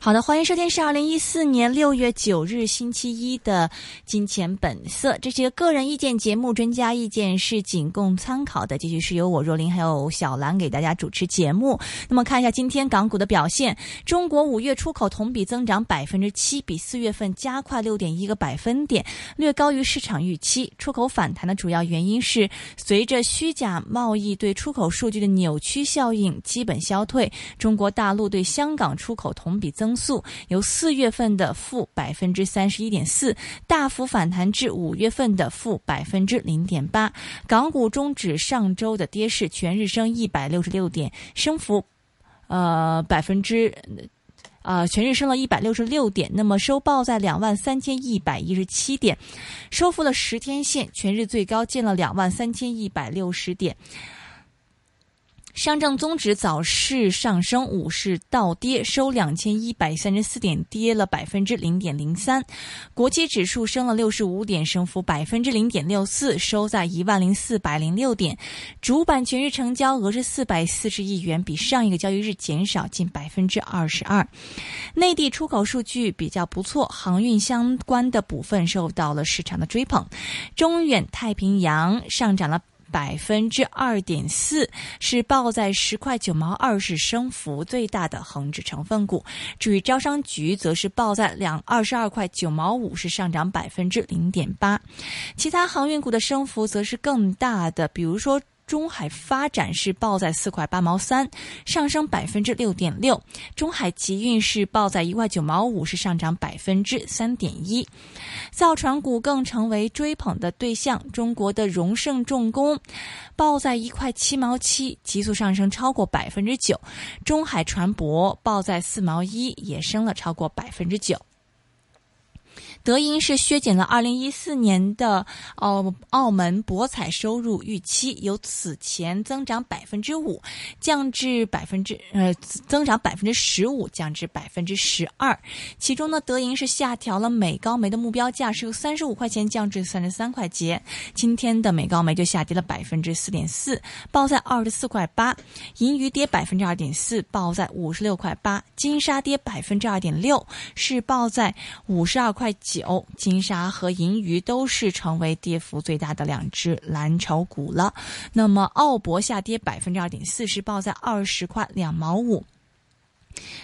好的，欢迎收听是二零一四年六月九日星期一的《金钱本色》，这是一个个人意见节目，专家意见是仅供参考的。继续是由我若琳还有小兰给大家主持节目。那么看一下今天港股的表现，中国五月出口同比增长百分之七，比四月份加快六点一个百分点，略高于市场预期。出口反弹的主要原因是随着虚假贸易对出口数据的扭曲效应基本消退，中国大陆对香港出口同比增速由四月份的负百分之三十一点四大幅反弹至五月份的负百分之零点八。港股终止上周的跌势，全日升一百六十六点，升幅呃百分之。呃，全日升了一百六十六点，那么收报在两万三千一百一十七点，收复了十天线，全日最高见了两万三千一百六十点。上证综指早市上升，午市倒跌，收两千一百三十四点，跌了百分之零点零三。国际指数升了六十五点，升幅百分之零点六四，收在一万零四百零六点。主板全日成交额是四百四十亿元，比上一个交易日减少近百分之二十二。内地出口数据比较不错，航运相关的股份受到了市场的追捧。中远太平洋上涨了。百分之二点四，是报在十块九毛二，是升幅最大的恒指成分股。至于招商局，则是报在两二十二块九毛五，是上涨百分之零点八。其他航运股的升幅则是更大的，比如说。中海发展是报在四块八毛三，上升百分之六点六；中海集运是报在一块九毛五，是上涨百分之三点一。造船股更成为追捧的对象，中国的荣盛重工报在一块七毛七，急速上升超过百分之九；中海船舶报在四毛一，也升了超过百分之九。德银是削减了2014年的澳澳门博彩收入预期，由此前增长百分之五降至百分之呃增长百分之十五降至百分之十二。其中呢，德银是下调了美高梅的目标价，是由三十五块钱降至三十三块钱。今天的美高梅就下跌了百分之四点四，报在二十四块八；银娱跌百分之二点四，报在五十六块八；金沙跌百分之二点六，是报在五十二块。九金沙和银娱都是成为跌幅最大的两只蓝筹股了。那么澳博下跌百分之二点四，是报在二十块两毛五。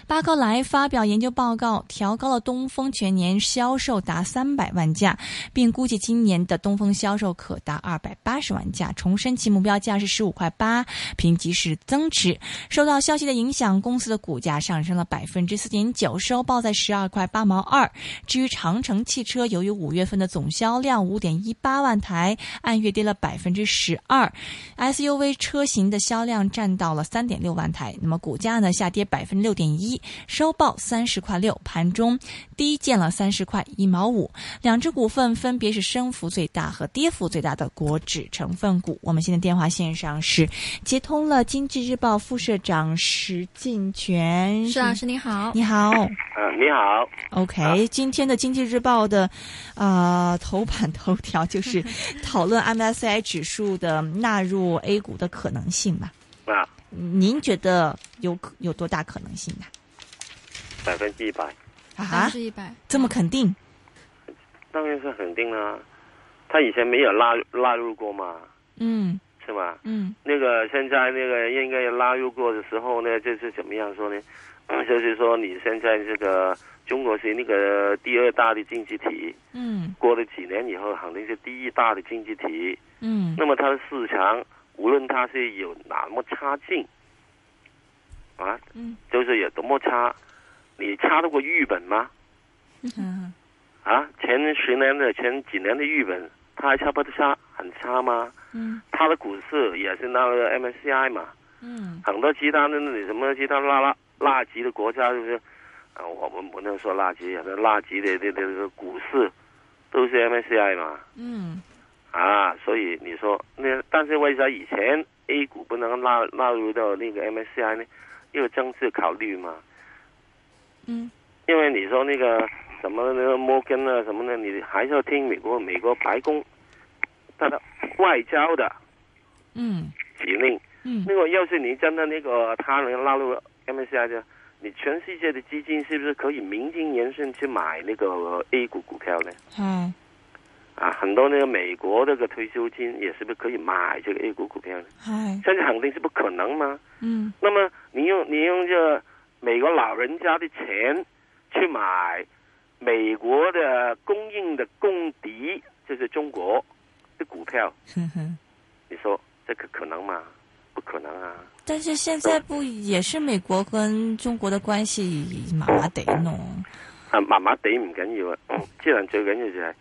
巴克莱发表研究报告，调高了东风全年销售达三百万架，并估计今年的东风销售可达二百八十万架，重申其目标价是十五块八，评级是增持。受到消息的影响，公司的股价上升了百分之四点九，收报在十二块八毛二。至于长城汽车，由于五月份的总销量五点一八万台，按月跌了百分之十二，SUV 车型的销量占到了三点六万台，那么股价呢下跌百分之六点。一收报三十块六，盘中低见了三十块一毛五。两只股份分别是升幅最大和跌幅最大的国指成分股。我们现在电话线上是接通了《经济日报》副社长石进全，石老师啊你好，你好，嗯，你好。 OK，、啊、今天的《经济日报的》的呃头版头条就是 讨论 MSCI 指数的纳入 A 股的可能性嘛？啊。您觉得有有多大可能性呢、啊？百分之一百啊！百分之一百，这么肯定？当然是肯定啦、啊，他以前没有拉纳入过嘛，嗯，是吧？嗯，那个现在那个应该纳入过的时候呢，就是怎么样说呢？ 嗯、就是说你现在这个中国是那个第二大的经济体，嗯，过了几年以后肯定是第一大的经济体，嗯，那么它的市场。无论它是有哪么差劲，啊，嗯，就是有多么差，你差得过日本吗？嗯，啊，前十年的前几年的日本，它还差不差很差吗？嗯，它的股市也是那个 MSCI 嘛，嗯，很多其他的那什么其他拉拉垃圾的国家就是，啊，我们不能说垃圾，也是垃圾的这这个股市都是 MSCI 嘛，嗯。啊，所以你说那，但是为啥以前 A 股不能纳纳入到那个 MSCI 呢？因为政治考虑嘛。嗯。因为你说那个什么那个摩根啊什么的，你还是要听美国美国白宫他的外交的嗯指令。嗯。那个要是你真的那个他能纳入 MSCI 的，你全世界的基金是不是可以明金延伸去买那个 A 股股票呢？嗯啊，很多那个美国那个退休金也是不是可以买这个 A 股股票呢？嗨，现在肯定是不可能嘛。嗯那么你用你用这美国老人家的钱去买美国的供应的公敌，就是中国的股票，哼哼。你说这个可能吗？不可能啊！ 但是现在不也是美国跟中国的关系麻麻地弄？啊，麻麻地唔緊要啊，只能最緊要就係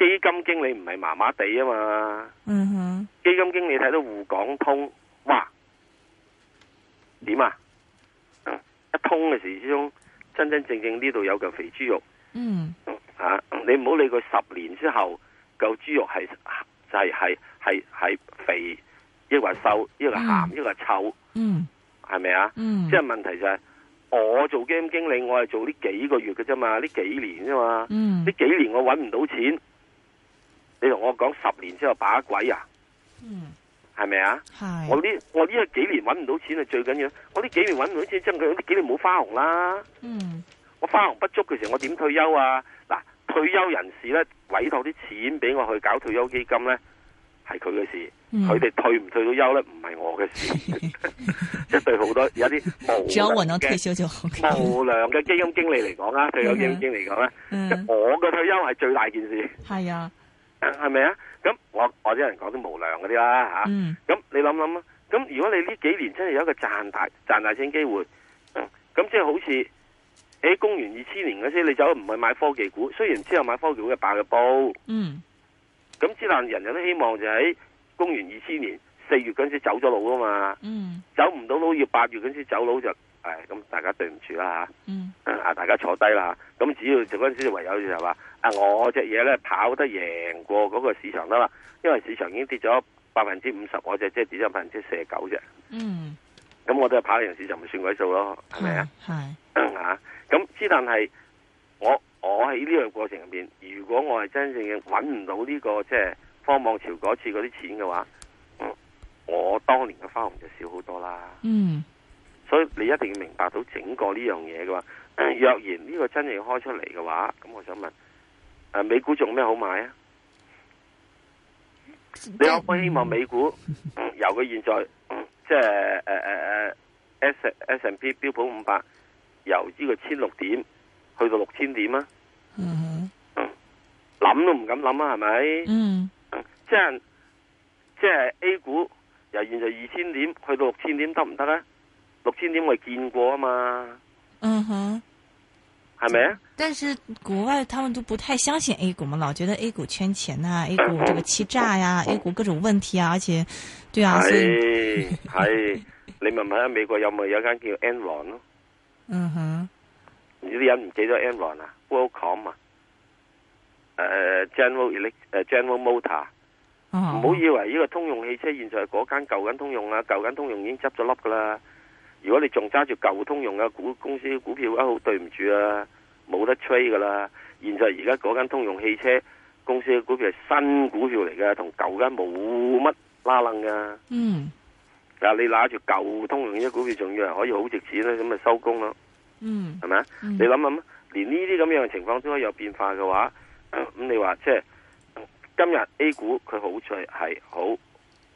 基金經理唔係麻麻地啊嘛。嗯哼，基金經理睇到沪港通，哇，點啊？嗯一通嘅時之中，真真正正呢度有嚿肥豬肉嗯啊！你唔好理佢十年之後嚿豬肉係就係係係係肥，抑或瘦，抑或鹹，嗯抑或臭，嗯係咪啊？嗯即係問題就係、我做基金經理，我係做呢幾個月嘅啫嘛，呢幾年啫嘛。嗯呢幾年我揾唔到錢，你同我講十年之後把鬼啊，嗯，係咪啊？我係，呢我呢幾年揾唔到錢係啊最緊要，我呢幾年揾唔到錢，真係呢幾年冇花紅啦。嗯我花紅不足嘅時候，我點退休啊？嗱，退休人士呢，委託啲錢俾我去搞退休基金呢，係佢嘅事，嗯，佢哋退唔退到休呢，唔係我嘅 事。即係對好多有啲無只要我能良退嘅休就 OK。 無良嘅基金經理嚟講啊，退休基金經理嚟講呢，即係嗯，我嘅退休係最大件事。係啊，系咪啊？咁我我啲人講啲無良嗰啲啦吓，咁、嗯你諗諗啊，咁如果你呢幾年真係有一個賺大賺大錢機會，嗯咁即係好似喺公元二千年嗰時，你走唔去買科技股，雖然之後買科技股嘅爆嘅煲，嗯咁之但人人都希望就喺公元二千年四月嗰陣時走咗佬啊嘛，嗯走唔到佬要八月嗰陣時走佬就，唉咁大家對唔住啦吓。嗯啊！大家坐低啦，咁只要就嗰陣時唯有就係話啊，我隻嘢咧跑得贏過嗰個市場得啦，因為市場已經跌咗百分之五十，我隻即係跌咗百分之四十九啫，嗯，咁我都係跑贏市場咪算鬼數咯，係咪啊係？係，啊，咁之但係我我喺呢個過程入邊，如果我係真正嘅揾唔到呢、個即係科網潮嗰次嗰啲錢嘅話，嗯我當年嘅花紅就少好多啦。嗯所以你一定要明白到整個呢樣嘢嘅話， 若然呢個真係要開出嚟嘅話，咁我想問，誒、美股仲有咩好買啊？你可唔可以希望美股、嗯由佢現在、嗯即呃係誒誒誒 S S n P 標普五百由呢個千六點去到六千點啊？嗯諗都唔敢諗啊，係咪？嗯即係即係 A 股由現在二千點去到六千點得唔得啊？六千點我哋見過啊嘛，嗯哼。係咪啊？但是国外他们都不太相信 A 股嘛，老觉得 A 股圈钱呐、a 股这个欺诈呀、a 股各种问题啊，而且，对啊，所以，系 系，你咪問下美國有冇有間叫 Enron 咯？嗯哼，唔知啲人唔記得 Enron 啊，WorldCom 啊，诶、General Elect 诶、General Motor，唔哦，好、以為呢個通用汽車現在係嗰間舊緊通用啊，舊緊通用已經執咗笠噶啦。如果你仲揸住舊通用嘅股公司嘅股票，啊好對唔住啊，冇得 trade 噶啦。現在而家嗰間通用汽車公司嘅股票係新股票嚟嘅，同舊間冇乜拉楞噶。嗯嗱，你拿住舊通用啲股票，仲要係可以好值錢咧，咁咪收工咯，嗯係咪啊？嗯你諗諗，連呢啲咁樣嘅情況都可以有變化嘅話，咁、你話即係嗯今日 A 股佢好在係好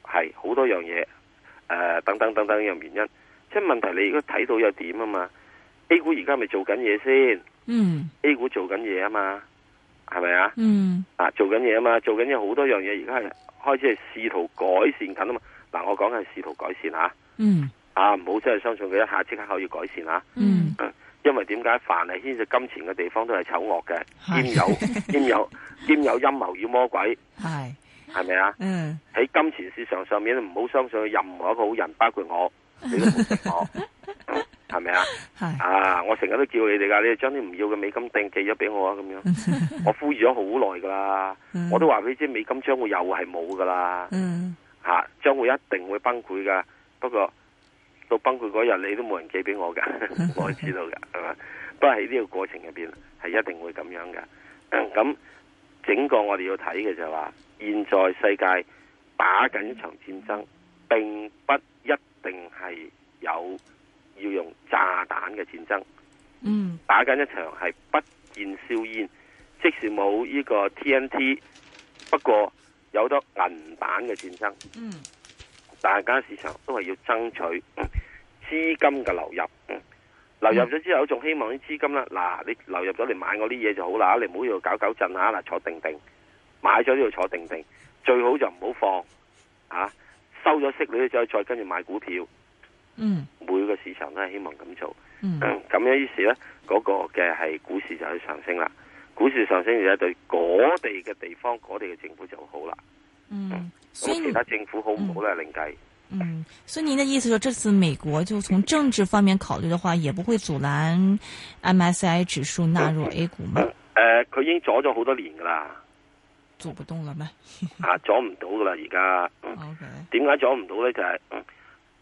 係好多樣嘢，誒、等等等等樣原因，即係問題你如果睇到又點啊嘛？A 股而家咪做緊嘢先嗯，A 股做緊嘢啊嘛，係咪啊？嗯啊，做緊嘢啊嘛，做緊嘢好多樣嘢，而家係開始係試圖改善緊啊嘛。嗱，我講緊係試圖改善嚇、嗯啊，唔好真係相信佢一下即刻可以改善啊！嗯，因為點解凡係牽涉金錢嘅地方都係醜惡嘅，係兼 有兼有兼有陰謀與魔鬼，系，係咪啊？嗯喺金錢市場上面，唔好相信任何一個好人，包括我，你都唔識我， 係咪啊？系，啊，我成日都叫你哋噶，你哋將啲唔要嘅美金定寄咗俾我啊，咁樣，我呼籲咗好耐噶啦，嗯我都話俾你知，美金將會又係冇噶啦。嗯吓、將會一定會崩潰噶。不過到崩潰嗰日，你都冇人寄俾我噶，我係知道噶，係嘛？不過喺呢個過程入邊係一定會咁樣噶。 咁、整個我哋要睇嘅就係話，現在世界打緊一場戰爭，並不一定係有要用炸彈嘅戰爭，嗯打緊一場係不見硝煙，即使冇呢個 TNT，不過有得銀彈嘅戰爭。嗯大家市場都係要爭取嗯資金嘅流入，嗯流入咗之後，仲希望啲資金啦，嗱，你流入咗嚟買我啲嘢就好啦，你唔好要搞搞震啊，嗱，坐定定，買咗呢度坐定定，最好就唔好放，啊，收咗息你再再跟住買股票，嗯每個市場都係希望咁做，嗯嗯咁樣於是呢，嗰、個嘅係股市就去上升啦，股市上升而家對嗰地嘅地方、嗰地嘅政府就好好啦，嗯，所咁以其他政府好唔好呢？另計。嗯，所以您的意思说，这次美国就从政治方面考虑的话，也不会阻拦 MSCI 指数纳入 A 股吗？诶、呃佢已經阻咗好多年噶啦，阻不动了吗啊，阻唔到噶啦，而家嗯？OK，點解阻唔到呢？就係嗯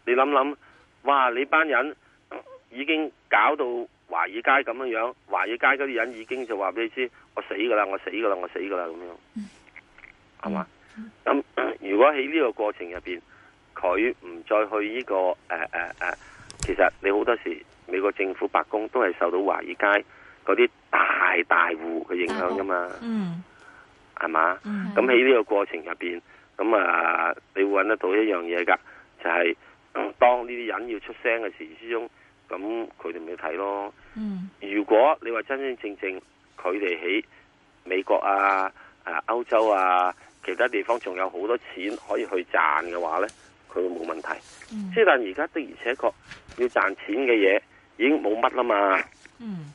你諗諗，哇！你班人嗯已經搞到華爾街咁樣樣，華爾街嗰啲人已經就話俾你知，我死噶啦，我死噶啦，我死噶啦咁樣，係嘛？咁、嗯如果喺呢個過程入邊，佢唔再去呢、個誒誒誒，呃其實你好多時美國政府白宮都係受到華爾街嗰啲大大戶嘅影響噶嘛，嗯係嘛？嗯咁喺呢個過程入邊，咁啊，你會揾得到一樣嘢㗎，就係、嗯當呢啲人要出聲嘅時之中，咁佢哋咪睇咯。嗯如果你話真真正正佢哋喺美國啊、啊歐洲啊、其他地方仲有好多錢可以去賺嘅話呢，佢會冇問題。嗯即係但而家的而且確要賺錢嘅嘢已經冇乜啦嘛，嗯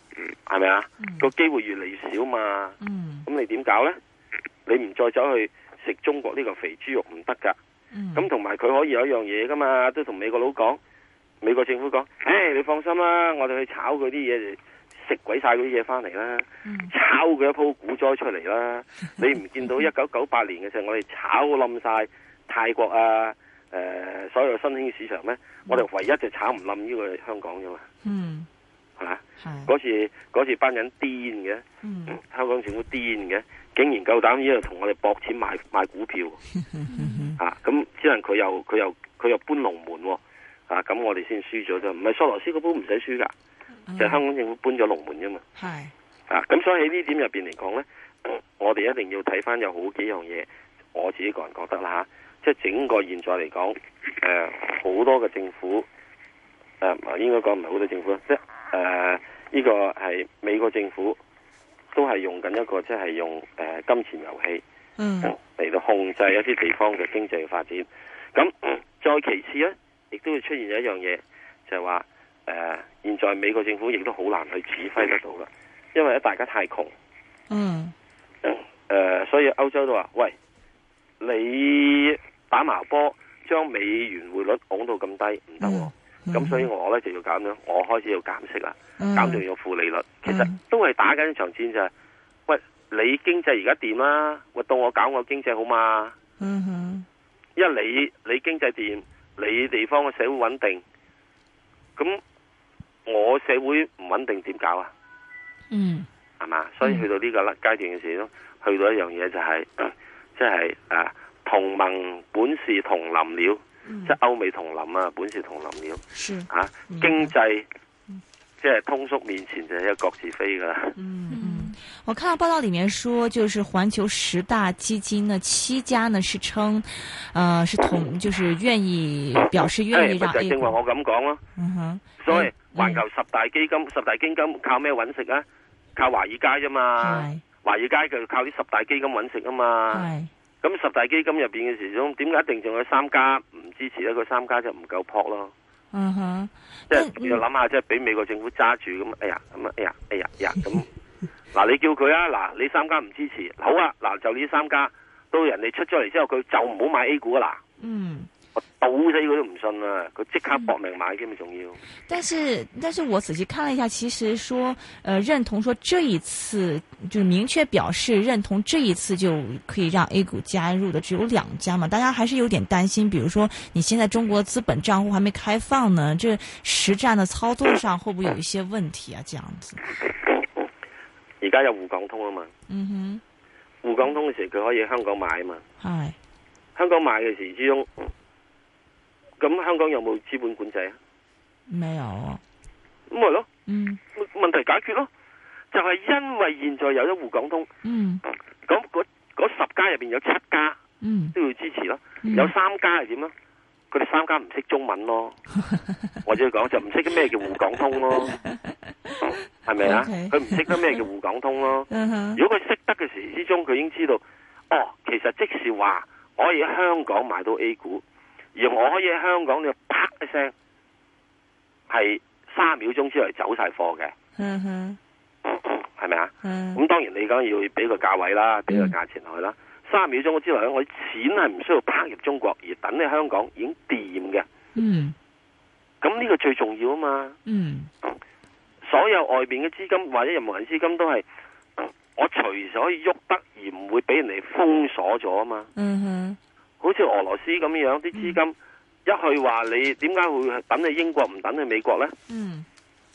係咪啊？嗯個機會越嚟越少嘛。嗯咁你點搞呢？你唔再走去食中國呢個肥豬肉唔得噶。嗯咁同埋佢可以有一樣嘢噶嘛，都同美國佬講，美國政府講，唉，你放心啦，我哋去炒佢啲嘢，食鬼晒嗰啲嘢翻嚟啦，嗯炒佢一鋪股災出嚟啦。你唔見到一九九八年嘅時候，我哋炒冧晒泰國啊，誒、所有新興市場咩？我哋唯一就炒唔冧呢個香港啫嘛，嗯，係嘛？系嗰次嗰次班人癲嘅。嗯香港政府癲嘅，竟然夠膽呢度同我哋搏錢買買股票啊！咁只能佢又佢又佢又搬龍門喎、啊！咁我哋先輸咗啫，唔係索羅斯嗰波唔使輸噶，嗯就係香港政府搬咗龍門啫嘛系啊！咁所以喺呢點入邊嚟講呢， 嗯我哋一定要睇翻有好幾樣嘢，我自己個人覺得啦嚇，即係整個現在嚟講，誒、呃好多嘅政府誒唔係應該講唔係好多政府，即係誒呢個係美國政府。都係用緊一個即係用誒、呃金錢遊戲嗯嚟到控制一啲地方嘅經濟嘅發展。咁、嗯再其次呢，亦都會出現一樣嘢，就係話誒，現在美國政府亦都好難去指揮得到啦，因為咧大家太窮，誒、嗯所以歐洲都話：喂，你打麻波，將美元匯率拱到咁低唔得喎。嗯咁、所以我呢就要減咗，我開始要減息啦。減仲要負利率，其實都係打緊一場戰就係、喂，你經濟而家掂啦，喂，到我搞我經濟好嘛？嗯哼因為你你經濟掂，你地方嘅社會穩定，咁我社會唔穩定點搞啊？嗯係嘛？所以去到呢個階段嘅時都去到一樣嘢就係、 即係啊同盟本是同林了，嗯即係歐美同林啊，本是同林了是啊，明白經濟即係通縮面前就係一國是非噶啦。嗯嗯，我看到报道里面说，就是环球十大基金呢，七家呢是称，呃，是同就是愿意表示愿诶，意咪让就 A 係正話股，我咁講咯，嗯哼，所以嗯環球十大基金、十大基金靠咩揾食啊？靠華爾街啫嘛，系華爾街就靠啲十大基金揾食啊嘛。系咁十大基金入邊嘅時鐘，點解一定仲有三家唔支持咧？嗰三家就唔夠撲咯，嗯哼，即但係你就諗下，即係俾美國政府揸住咁，哎呀，咁啊，哎呀，哎呀，哎呀，咁嗱，你叫佢啊，嗱，你三家唔支持，好啊，嗱，就呢三家，到人哋出咗嚟之後，佢就唔好買 A 股啊，嗯。嗱，我賭死佢都唔信啊，佢即刻搏命買添啊，仲要。但是，但是我仔细看了一下，其实说，呃，认同说这一次就是明确表示认同这一次就可以让 A 股加入的只有两家嘛，大家还是有点担心。比如说，你现在中国资本账户还没开放呢，这实战的操作上会不会有一些问题啊？这样子，而家有沪港通啊嘛，嗯哎沪港通嘅時候佢可以喺香港買啊嘛，哼，系，香港買嘅時之中，咁香港有冇資本管制啊？没有，咁咪咯，嗯問題解決咯。就係、因為現在有一滬港通，嗯咁嗰嗰十家入邊有七家嗯，都要支持咯，嗯有三家係點啊？佢哋三家唔識中文 咯，或者講就唔識咩叫滬港通咯，係咪啊？ OK 佢唔識得咩叫滬港通咯。嗯哼，如果佢識得嘅時之中，佢已經知道，哦，其實即是話我可以喺香港買到 A 股，而我可以喺香港呢啪一聲，係三秒鐘之內走晒貨嘅，嗯哼，係咪啊？嗯咁當然你梗係要俾個價位啦，俾個價錢落去啦。三秒鐘之內，我啲錢係唔需要啪入中國，而等你香港已經掂嘅。嗯咁呢個最重要啊嘛！嗯所有外邊嘅資金或者任何人資金都係我隨時可以喐得，而唔會俾人哋封鎖咗啊嘛。嗯哼，好似俄羅斯咁樣，啲嗯資金一去話你點解會等你英國唔等你美國呢？嗯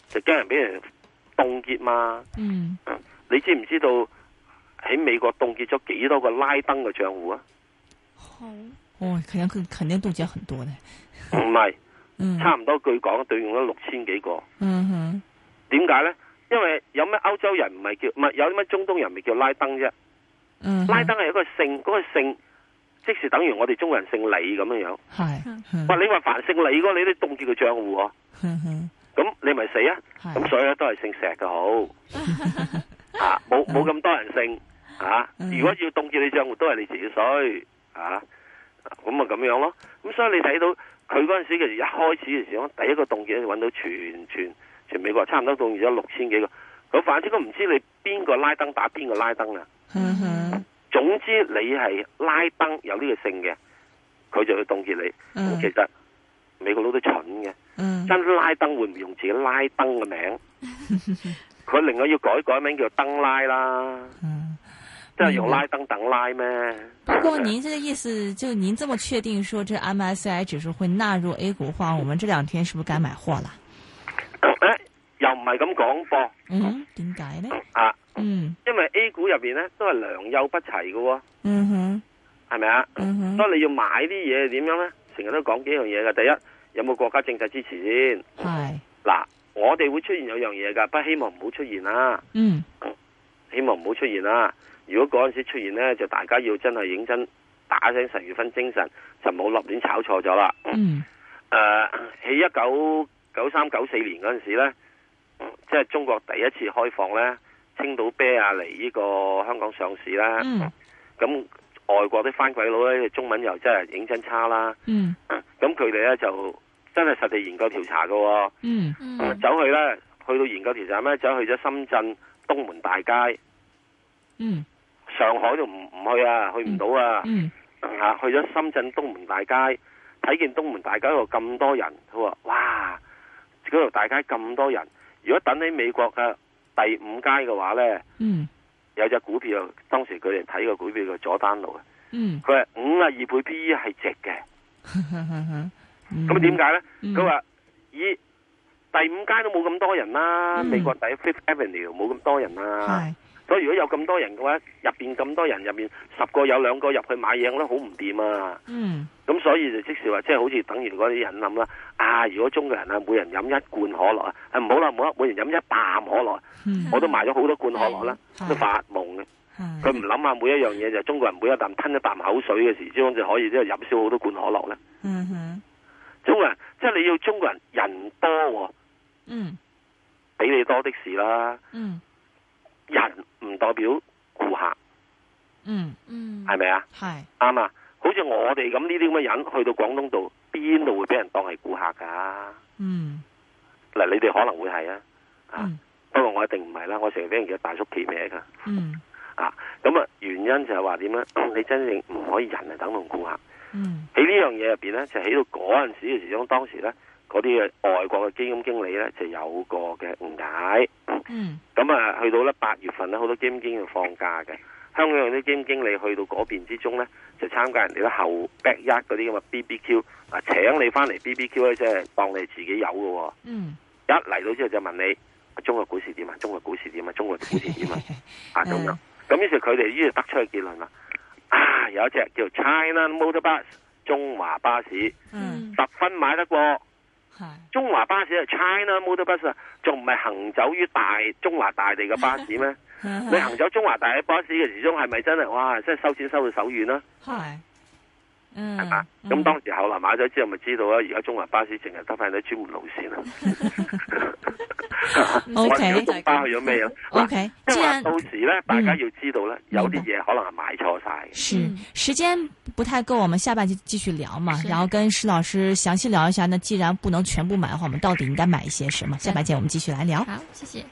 就驚人俾人凍結嘛。嗯你知唔知道喺美國凍結咗幾多個拉登嘅賬户啊？嗯哦，肯定肯肯定冻结很多的，唔係，嗯差唔多據講對用咗六千幾個。嗯哼，點解呢？因為有咩歐洲人唔係叫唔係有啲咩中東人咪叫拉登啫？嗯哼，拉登係一個姓，嗰、個姓即是等於我哋中國人姓李咁樣樣。系，嗯喂，你話凡姓李嗰個，你都凍結佢賬户喎，哼哼，咁你咪死啊！系，咁所以咧都係姓石 嘅好，啊冇冇咁多人姓啊！嗯如果要凍結你賬户，都係你自己衰啊！咁啊咁樣咯，咁所以你睇到佢嗰陣時，其實一開始嘅時候，第一個凍結揾到全全全美國差唔多凍結咗六千幾個，咁反正都唔知你邊個拉登打邊個拉登啊！嗯哼，總之你係拉登有呢個姓嘅，佢就去凍結你。咁其嗯實美國佬都蠢嘅。嗯真拉登會唔會用自己拉登 嘅名？佢另外要改改名叫登拉啦，嗯。即係用拉登等拉咩？不过 您这个意思，就您这么确定说这 MSCI 指数会纳入 A 股化，我们这两天是不是该买货了？誒又唔係咁講噃嗯，点解呢？啊！嗯因為 A 股入邊咧都係良莠不齊嘅喎，嗯哼係咪啊？嗯哼所以你要買啲嘢點樣咧？成日都講幾樣嘢嘅。第一，有冇國家政策支持先？系嗱，我哋會出現有樣嘢㗎，不過希望唔好出現啦，嗯希望唔好出現啦。如果嗰陣時出現咧，就大家要真係認真打醒十二分精神，就冇立亂炒錯咗啦。嗯誒喺一九九三九四年嗰陣時咧，即係中國第一次開放咧，青島啤啊嚟呢個香港上市啦。嗯咁、外國啲翻鬼佬咧，中文又真係認真差啦。嗯咁佢哋咧就真係實地研究調查嘅喎、嗯嗯走去咧去到研究調查咩？走去咗深圳東門大街、嗯上海都唔唔去啊，去唔到啊。嗯啊，去咗深圳東門大街，睇見東門大街嗰度咁多人，佢話：哇，嗰度大街咁多人，如果等喺美國嘅第五街嘅話呢，嗯有隻股票，當時佢哋睇個股票叫佐丹奴啊，嗯， 佢話五啊二倍 P E 係值嘅，咁咁點？解呢？嗯佢話咦，第五街都冇咁多人啦，嗯啊美國第 Fifth Avenue 冇咁多人啦，系所以如果有咁多人嘅話，入邊咁多人入邊十個有兩個入去買嘢，我覺得好唔掂啊！嗯咁所以就即是話，即係好似等於嗰啲人諗啦，啊！如果中國人啊，每人飲一罐可樂啊，啊唔好啦，唔好啦，每人飲一啖可樂，嗯我都買咗好多罐可樂啦，係都發夢嘅。佢系唔諗下每一樣嘢就係中國人每一啖吞一啖口水嘅時鐘就可以即係飲少好多罐可樂咧。嗯哼中國人即係你要中國人人多、喎，嗯比你多的士啦，嗯人唔代表顧客，嗯嗯係咪啊？系啱啊！好似我哋咁呢啲咁嘅人去到廣東度，邊度會俾人當係顧客㗎？嗯嗱，你哋可能會係啊，啊嗯，不過我一定唔係啦，我成日俾人叫大叔企咩噶，嗯啊，咁啊原因就係話點咧？ 你真正唔可以人係等同顧客，嗯喺呢樣嘢入邊咧，就喺到嗰陣時嘅時鐘，當時咧嗰啲嘅外國嘅基金經理咧就有個嘅誤解，嗯咁啊去到咧八月份咧，好多基金經理放假嘅。香港有啲基金經理去到嗰邊之中咧，就參加人哋啲後 back 一嗰啲咁嘅 BBQ，嗱請你翻嚟 BBQ 咧，即係當你係自己有嘅喎、嗯一嚟到之後就問你中國股市點啊？中國股市點啊？中國股市 點啊？嗯啊咁樣。咁於是佢哋於是得出嘅結論啦，啊有一隻叫 China Motor Bus 中華巴士嗯十分買得過，係中華巴士係 China Motor Bus 啊，仲唔係行走於大中華大地嘅巴士咩？嗯你行走中華大地巴士嘅時鐘係咪真係哇？真係收錢收到手軟啦，係，嗯，係嘛？嗯咁、當時後來買咗之後咪知道啦，而家中華巴士淨係得翻啲專門路線啦。嗯 O 我 K 小中巴去咗咩啊？ O 嗱 K，因既為然到時咧，嗯大家要知道咧，有啲嘢可能係買錯晒嘅。是嗯时间不太够，我们下半集继续聊嘛，是然后跟石老师详细聊一下。那既然不能全部买的话，我们到底应该买一些什么？下半节我们继续来聊。好，谢谢。